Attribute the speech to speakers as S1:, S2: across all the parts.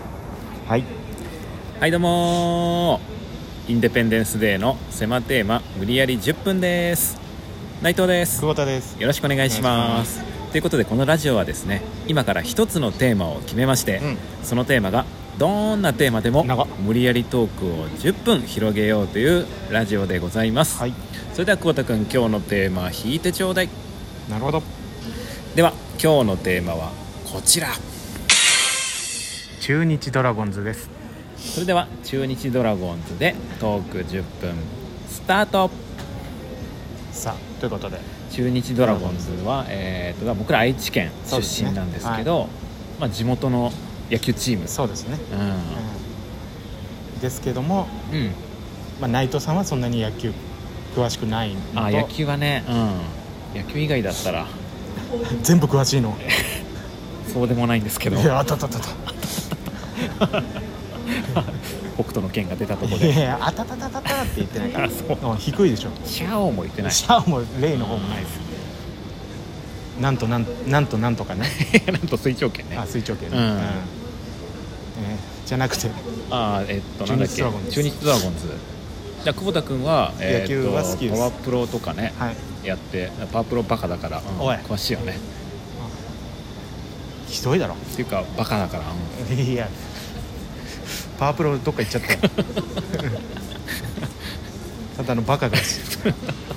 S1: はい
S2: はいどうもーインデペンデンスデーの狭テーマ無理やり10分です内藤です
S1: 久保田です
S2: よろしくお願いしますということでこのラジオはですね今から一つのテーマを決めまして、
S1: うん
S2: そのテーマがどんなテーマでも
S1: 長っ
S2: 無理やりトークを10分広げようというラジオでございます、
S1: はい
S2: それでは久保田君今日のテーマ引いてちょうだい
S1: なるほど
S2: では今日のテーマはこちら
S1: 中日ドラゴンズです
S2: それでは中日ドラゴンズでトーク10分スタート
S1: さあということで
S2: 中日ドラゴンズは、えー、と僕ら愛知県出身なんですけどまあ、地元の野球チーム
S1: そうですね、
S2: う
S1: うんですけども、
S2: ん、うん、
S1: まあ、内藤さんはそんなに野球詳しくないのと
S2: あ野球はね、うん、野球以外だったら
S1: 全部詳しいの
S2: そうでもないんですけど
S1: いやあったあったあった
S2: 北斗の拳が出たところ
S1: いやい
S2: で
S1: やあたたたたたって言ってないから
S2: あそう
S1: うん低いでしょ
S2: シャオも言ってない
S1: シャアもレイの方も
S2: な
S1: ないい
S2: です
S1: なんとなんなんとなんと かね
S2: なんと水長拳ね
S1: あ水長系ね、
S2: うん
S1: えーじゃなくて
S2: あーえっとなんだっけ
S1: 中日ドラゴンズ
S2: 中日ドラゴンズじゃあ久保田君は、えーっと
S1: 野球は好きです
S2: パワープロとかね、
S1: はい
S2: やってパワープロバカだから、うん
S1: おい
S2: 詳しいよね
S1: ひどいだろ
S2: っていうかバカだから、うん
S1: いやパワープロどっか行っちゃったよただのバカが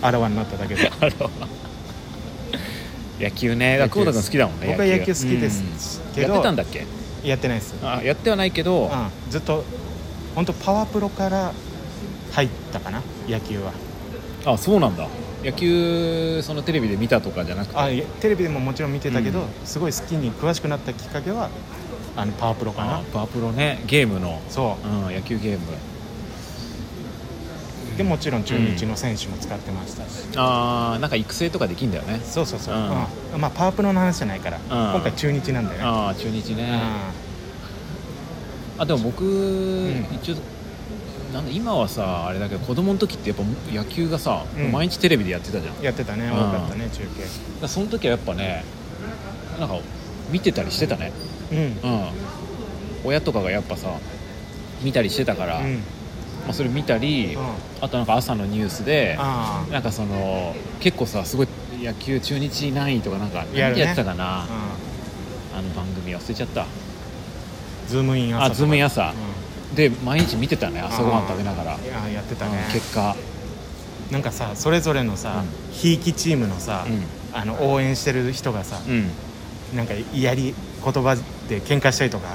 S1: あらわになっただけで
S2: あの野球ね、だ
S1: 野
S2: から久
S1: 球
S2: 保田君好きだもんね
S1: 僕は野球好きです
S2: うん
S1: けど
S2: やってたんだっけ
S1: やってないです、
S2: あやってはないけど、
S1: うん、ずっと本当パワープロから入ったかな野球は
S2: あそうなんだ野球そのテレビで見たとかじゃなくて
S1: あいやテレビでももちろん見てたけど、
S2: うん
S1: すごい好きに詳しくなったきっかけはあのパワープロかな
S2: あパワプロねゲームの、
S1: そ
S2: うん、野球ゲーム
S1: うでもちろん中日の選手も使ってましたし、
S2: あーなんか育成とかできんだよね
S1: そうそうそう、
S2: うん
S1: うんまあパワープロの話じゃないから、今回中日なんだよね
S2: ああ中日ね、
S1: う
S2: あでも僕、
S1: ん
S2: 一応なんだ今はさあれだけど子供の時ってやっぱ野球がさ、
S1: うん
S2: 毎日テレビでやってたじゃんだ
S1: んやってたね
S2: ん
S1: 多かったね中
S2: からその時はやっぱねなんか見てたりしてたね
S1: 継うん
S2: うん親とかがやっぱさ見たりしてたから、
S1: うん
S2: まあ、それ見たり、
S1: うん
S2: あとなんか朝のニュースで
S1: あ
S2: なんかその結構さすごい野球中日何位とかなんか
S1: や
S2: 何
S1: る
S2: で
S1: ね
S2: やってたかな、
S1: あう
S2: あの番組忘れちゃった
S1: んズームイン朝
S2: あズームイン朝
S1: う
S2: で毎日見てたね朝ごはん食べながら、
S1: んいややってた
S2: うん
S1: ね
S2: 結果、
S1: なんかさそれぞれのさ
S2: う
S1: ひいきチームのさ
S2: う
S1: あの応援してる人がさ
S2: んうん、
S1: なんかやり言葉で喧嘩したりとか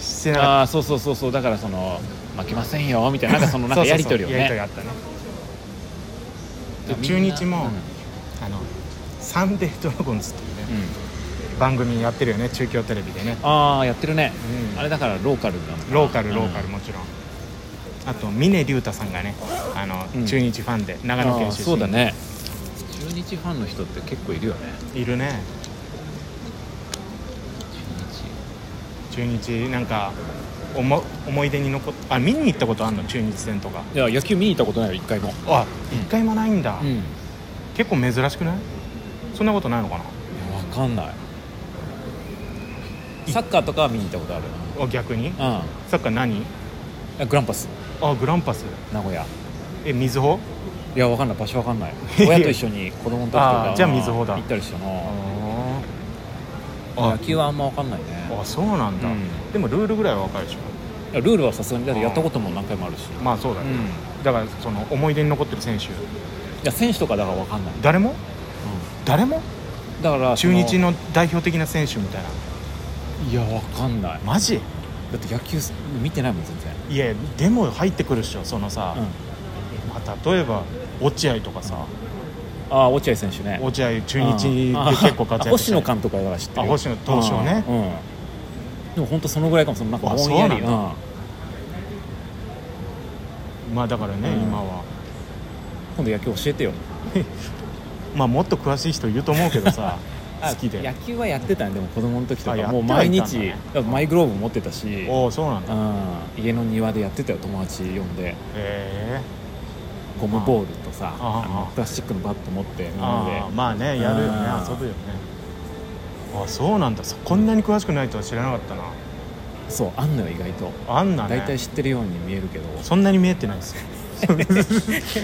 S1: してなかっ
S2: ああそうそうそうそうだからその負けませんよみたい
S1: た
S2: ななんかそのなんか
S1: ううう
S2: やり取りを
S1: やりとりあ
S2: ね
S1: った
S2: だ
S1: ねで
S2: から
S1: 中
S2: みんな
S1: 日も
S2: うん
S1: あのサンデードラゴンズっていうね
S2: うん
S1: 番組やってるよね中京テレビでね
S2: ああやってるね、
S1: うん
S2: あれだからローカルなのかな
S1: ローカル
S2: うん
S1: ローカルもちろん、あと峰竜太さんがねあの、
S2: うん
S1: 中日ファンで長野
S2: あ
S1: 県
S2: ー
S1: 出身
S2: そうだね中日ファンの人って結構いるよね
S1: いるね中日なんか思思い出に残っあ見に行ったことあるの中日戦とか
S2: 中日いや野球見に行ったことないよ一回も
S1: あ
S2: うん
S1: 一回もないんだ、
S2: うんいや
S1: 結構珍しくないそんなことないのかな
S2: わかんないサッカーとかは見に行ったことある
S1: あ逆に
S2: な
S1: サッカー何
S2: うんグランパス
S1: あグランパス
S2: 名古屋
S1: え水穂
S2: いやわかんない場所わかん ない
S1: いや
S2: 親と一緒に子供の時とか
S1: あーじゃあ水穂だ
S2: 行ったりしたな
S1: あ
S2: 野球はあんまわかんないね
S1: あそうなんだ、
S2: うん
S1: でもルールぐらいは分かるでし
S2: いやルールはさすがにだってやったことも何回もあるし
S1: ょまあそうだ
S2: う
S1: ね、
S2: んい
S1: だからその思い出に残ってる選手
S2: や選手とかだからわかんない
S1: 誰も
S2: う
S1: 誰も
S2: んだからそ
S1: 中日の代表的な選手みたいない
S2: やわかんない
S1: マジ
S2: だって野球見てないもん全
S1: い
S2: 然
S1: やでも入ってくるっしょそのさ、
S2: うん
S1: まあ、例えば落合とかさ
S2: ああ落合選手ね
S1: 落合中日で結構活
S2: あ
S1: 躍
S2: 星野監督はだから知ってるよ
S1: あ星野投手をね
S2: うんうんでも本当そのぐらいかもそのなんか
S1: あ
S2: ぼんやり
S1: そう
S2: う
S1: なん
S2: ん
S1: まあだからね、
S2: うん
S1: 今は
S2: 今度野球教えてよ
S1: まあもっと詳しい人いると思うけど さ好き
S2: 野
S1: で
S2: 球はやってたねでも子供の時と
S1: あや
S2: か
S1: って
S2: も
S1: は
S2: う毎
S1: いたん
S2: 日
S1: だね
S2: だからマイグローブ持ってたし
S1: おおそうなんだへ
S2: うん家の庭でやってたよ友達呼んで
S1: え
S2: ゴムボールとさ
S1: ああ
S2: あのプラスチックのバット持ってみんなで
S1: ああまあねやるよね
S2: うん
S1: 遊ぶよねあそうなんだそこんなに詳しくないとは知らなかったな
S2: そうあんのよ意外と
S1: あんなね
S2: 大体知ってるように見えるけど
S1: そんなに見えてないです よ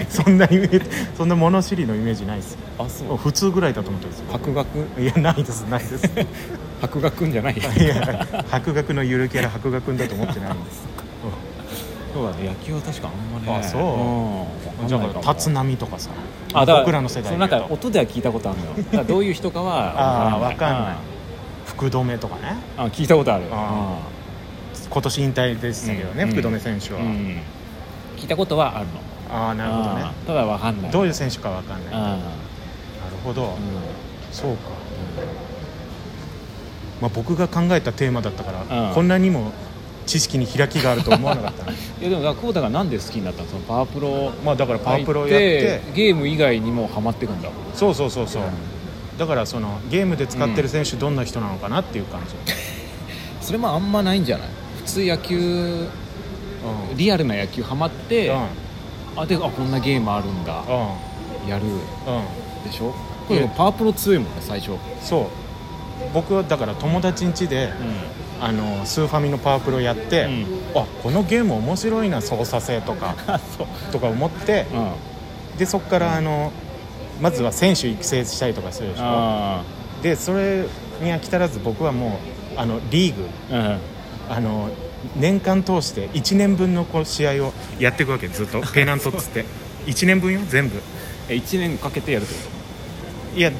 S1: そんなに見えてそんな物知りのイメージないです
S2: あそう
S1: 普通ぐらいだと思ってるんですよ
S2: 博学
S1: いやないですない ですい
S2: 博学んじゃない
S1: や博学のゆるキャラ博学んだと思ってないんですうんそうだね
S2: 野球は確かあんまり
S1: あそう
S2: うん
S1: じゃ
S2: わかんないかも
S1: あ立浪とかさ
S2: あだから
S1: 僕らの世代
S2: そ
S1: で言
S2: うなん
S1: うと
S2: か音では聞いたことあるのよだからどういう人かは
S1: ああ分かんない福留とかね
S2: あ聞いたことある
S1: あ今年引退でしたけどね、
S2: うん
S1: 福留選手
S2: う
S1: は、
S2: ん聞いたことはあるの
S1: ああなるほどね
S2: うんただわかんない
S1: どういう
S2: う
S1: 選手かわかんない
S2: んう
S1: なんるほど、そうか、まあ、僕が考えたテーマだったから、
S2: うん
S1: こんなにも知識に開きがあると思わなか ったね
S2: いやでも久保田がなんで好きになったのそのパワープロ
S1: まあだからパワープロやっ
S2: 入
S1: て
S2: ってゲーム以外にもハマっていくんだ
S1: そうそうそうそう
S2: うん
S1: だからそのゲームで使ってる選手どんな人なのかなっていう感じ、
S2: それもあんまないんじゃない普通野球
S1: うんうん
S2: リアルな野球ハマって、
S1: うん
S2: あであこんなゲームあるんだやる
S1: うん
S2: でしょこ
S1: いや
S2: れパワープロ強いもんね最初、うん、
S1: そう僕はだから友達ん家で、あのスーファミのパワープロやって、あこのゲーム面白いな操作性とか
S2: あ そう
S1: とか思って
S2: うんあ
S1: でそこからあのまずは選手育成したりとかするでしょ
S2: あ
S1: でそれに飽き足らず僕はもうあのリーグ
S2: うん
S1: あの年間通して1年分のこう試合をやっていくわけずっとペナントっつって1年分よ全部
S2: え1年かけてやるってこ
S1: いや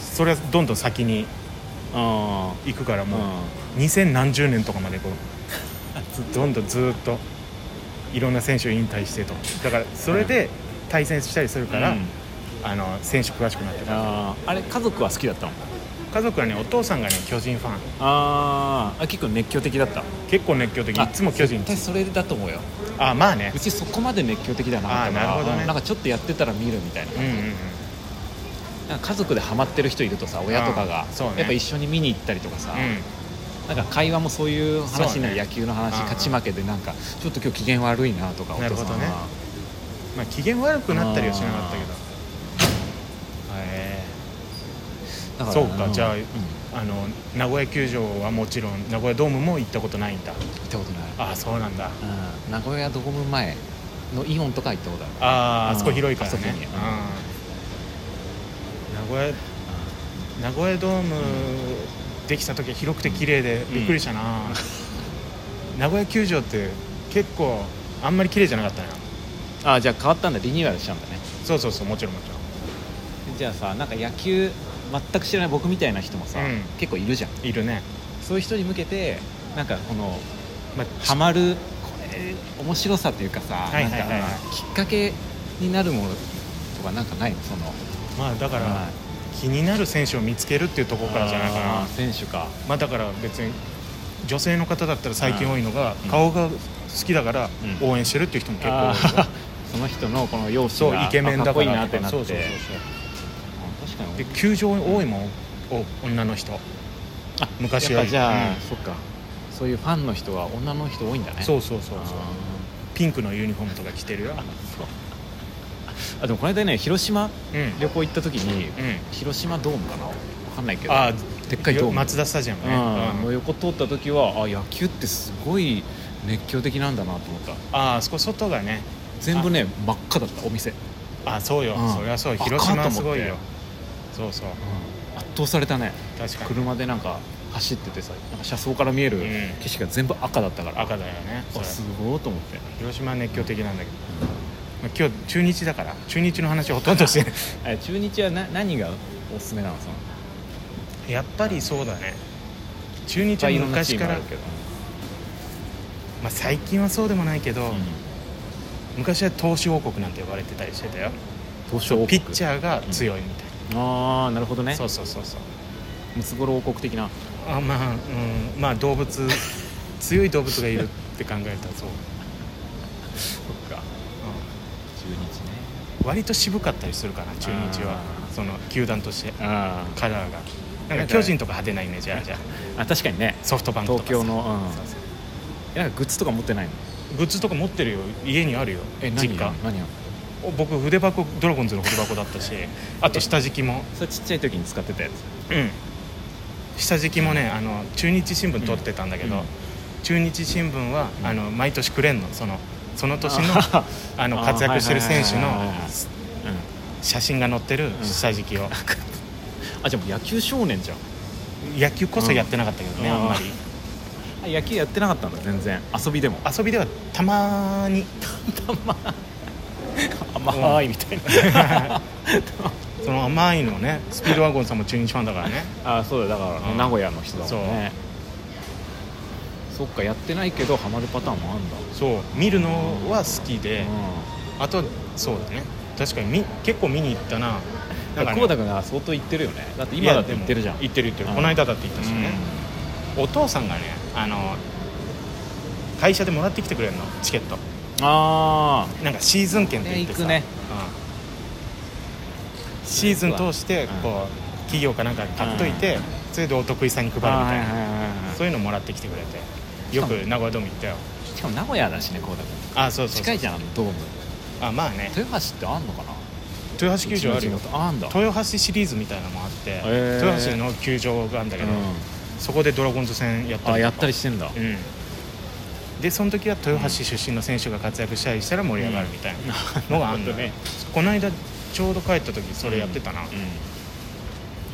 S1: それはどんどん先に
S2: とあ
S1: 行くから
S2: あ
S1: もう2000何十年とかまでこうどんどんずっといろんな選手を引退してとだからそれで対戦したりするから、
S2: うん
S1: あの選手詳しくなってた
S2: あーあれ家族は好きだったの
S1: 家族はねお父さんがね巨人ファン
S2: あーあ結構熱狂的だった
S1: 結構熱狂的いつも巨人
S2: 絶対それだと思うよ
S1: あまあね
S2: うちそこまで熱狂的だなかったから
S1: あーなるほどね
S2: うんなんかちょっとやってたら見るみたいな
S1: うんうんうん
S2: なんか家族でハマってる人いるとさ親とかが
S1: あーそうね
S2: やっぱ一緒に見に行ったりとかさ、
S1: う
S2: なんか会話もそういう話になる、
S1: そうね
S2: 野球の話
S1: うん
S2: 勝ち負けでなんかちょっと今日機嫌悪いなとかお
S1: なる
S2: 父
S1: ほ
S2: さん
S1: ど
S2: は、
S1: ねんまあ機嫌悪くなったりはしなかったけどへ
S2: だから
S1: そうか
S2: ん
S1: じゃあ
S2: うん
S1: え
S2: 行
S1: あの名古屋球場はもちろん名古屋ドームも行ったことないんだ
S2: ったことない
S1: ああそうなんだ
S2: うん、名古屋ドーム前のイオンとか行ったことある
S1: あー
S2: うん
S1: あそこ広いからね、
S2: あそこにうん
S1: うん名古屋名古屋ドームできた時は広くて綺麗で
S2: ん
S1: びっくりしたな、名古屋球場って結構あんまり綺麗じゃなかったな
S2: あーじゃあ変わったんだリニューアルしたんだね
S1: そうそうそうもちろんもちろん
S2: じゃあさなんか野球全く知らない僕みたいな人もさ、
S1: うん
S2: 結構いるじゃん
S1: いるね、
S2: そういう人に向けてなんかこの
S1: まあ
S2: ハマるこれ面白さというかさ、
S1: はいはいはいはい
S2: なんかきっかけになるものとかなんかないのその
S1: まあだから、
S2: はい
S1: 気になる選手を見つけるっていうところからじゃないかな
S2: あー選手か
S1: まあだから別に女性の方だったら最近多いのが、
S2: うん
S1: 顔が好きだから
S2: うん
S1: 応援してるっていう人も結構
S2: あ
S1: 多いよ
S2: ーその人のこの容
S1: そう
S2: 姿が
S1: イケメンだから
S2: あかっこいいなってなって
S1: そうそうそう
S2: あ確か
S1: そう
S2: に
S1: で球場多いもんお女の人
S2: あ
S1: 昔よ
S2: やっ
S1: り
S2: ぱじゃあ、
S1: うん
S2: そっかそういうファンの人は女の人多いんだね
S1: そううそうそう
S2: あ
S1: そうピンクのユニフォームとか着てるよ
S2: ーそうあでもこの間ね広島
S1: うん、う
S2: 旅行行った時に、
S1: ん、
S2: 広島ドームかなわかんないけど
S1: あ
S2: でっかいドーム
S1: マツダスタジアムね、
S2: うん、の
S1: うん
S2: 横通った時はあ野球ってすごい熱狂的なんだなと思った
S1: ああそこ外がね
S2: 全部ね真っ赤だったお店、
S1: ああそうよ、
S2: うん
S1: そりゃそう
S2: 赤っ
S1: 広島はすごい
S2: と
S1: よ
S2: 思
S1: そうそう
S2: 圧倒されたね
S1: 確かに
S2: 車でなんか走っててさなんか車窓から見える
S1: うん
S2: 景色が全部赤だったから、
S1: 赤だよねそ
S2: あ
S1: りゃ
S2: すごいと思って
S1: 広島は熱狂的なんだけど、まあ、今日中日だから中日の話ほとんどしてない
S2: え中日はな何がおすすめなのその
S1: やっぱりそうだね中
S2: いっ
S1: 日
S2: ぱ
S1: はい
S2: いろんなチ
S1: 昔
S2: ーム
S1: か
S2: あ
S1: ら
S2: るけど、
S1: まあ、最近はそうでもないけど、
S2: うん、
S1: 昔は投手王国なんて呼ばれてたりしてたよ
S2: 東証王国
S1: ピッチャーが強いみたい
S2: ああなるほど
S1: な、
S2: ね
S1: そうそうそうそう
S2: ムツゴロウ王国的な
S1: あまあ、うん、まあ動物強い動物がいるって考えたらそう、
S2: そっ
S1: う
S2: か中日ね
S1: ん割と渋かったりするかな中日は
S2: あー
S1: その球団として
S2: あ
S1: カラーがなんか巨人とか派手なイメージあるじゃん
S2: あ確かにね
S1: ソフトバンクとか
S2: 東
S1: さ
S2: 京の、うん
S1: そうそう
S2: えなんかグッズとか持ってないの
S1: グッズとか持ってるよ家にあるよ実家
S2: 何や
S1: お僕筆箱ドラゴンズの筆箱だったしあと下敷きも
S2: それちっちゃい時に使ってたやつ
S1: うん下敷きもねあの中日新聞撮ってたんだけど、
S2: うん
S1: 中日新聞は、
S2: うん
S1: あの毎年くれんのそのその年の
S2: あ
S1: あの
S2: あー
S1: 活躍してる選手の
S2: はいはいはいはいはいうん
S1: 写真が載ってる
S2: ん
S1: 下敷きを、
S2: あじゃあもう野球少年じゃん
S1: 野球こそやってなかったけどね、
S2: うん
S1: あんまり
S2: あ野球やってなかったんだ全然遊びでも
S1: 遊びではたまに
S2: 甘いみたいな
S1: その甘いのをねスピードワゴンさんも中日ファンだから ね
S2: あそうだだからね、
S1: うん
S2: 名古屋の人だもんねそっかやってないけどハマるパターンもあるんだ、
S1: そう見るのは好きで、あとはそうだね確かにみ結構見に行ったな
S2: うん、だ
S1: ね
S2: からだが相当行ってるよねだって今だって行ってるじゃん
S1: いやでも行ってる行ってる、
S2: うん
S1: この間だって行ったしね、お父さんがねあの会社でもらってきてくれるのチケット
S2: うんあ
S1: なんかシーズン券って言ってさ、
S2: ね
S1: うんシーズン通して
S2: うん
S1: こう、企業かなんか買っといて、それでお得意さんに配
S2: あ
S1: るみたいな、
S2: はいはいはいはい
S1: そういうのもらってきてくれてよく名古屋ドーム行ったよ
S2: しかも名古屋だしねこうだから
S1: あそうそうそう
S2: 近いじゃんあのドーム
S1: あまあね
S2: 豊橋ってあんのかな
S1: 豊橋球場あるよ
S2: うちの地元あんだ
S1: 豊橋シリーズみたいなのもあって、
S2: ー
S1: 豊橋の球場があるんだけど、
S2: う
S1: そこでドラゴンズ戦やったりと
S2: ん、
S1: か
S2: あやったりしてんだ、
S1: うんでその時は豊橋出身の選手が活躍したりしたら盛り上がるみたいなのがあるんだ、
S2: うんなる
S1: ね、この間ちょうど帰った時それやってたな、
S2: うん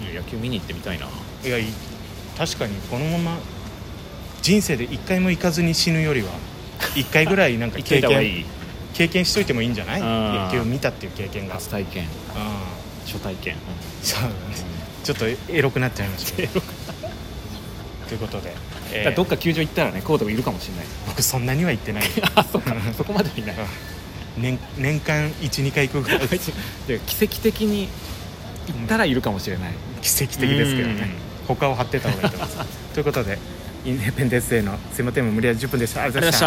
S2: いや野球見に行ってみたいない
S1: やい確かにこのまま人生で一回も行かずに死ぬよりは一回ぐらいなん か
S2: 行っ
S1: 経
S2: た方がい
S1: 験
S2: い
S1: 経験しといてもいいんじゃない
S2: あー
S1: 野球を見たっていう経験がうん
S2: 初体験初体験、
S1: そうだねちょっとエロくなっちゃいま したけどということで、
S2: だ
S1: えー
S2: からどっか球場行ったらねコートがいるかもしれない
S1: 僕そんなには行ってない
S2: あそうか そこまではいない
S1: 年年間12回行くぐらい
S2: で奇跡的に行ったらいるかもしれない、
S1: 奇跡的ですけどね他を張ってた方がいいと思いますということでインデペンデンスへの狭テーマ無理やり10分でしたありがとうございました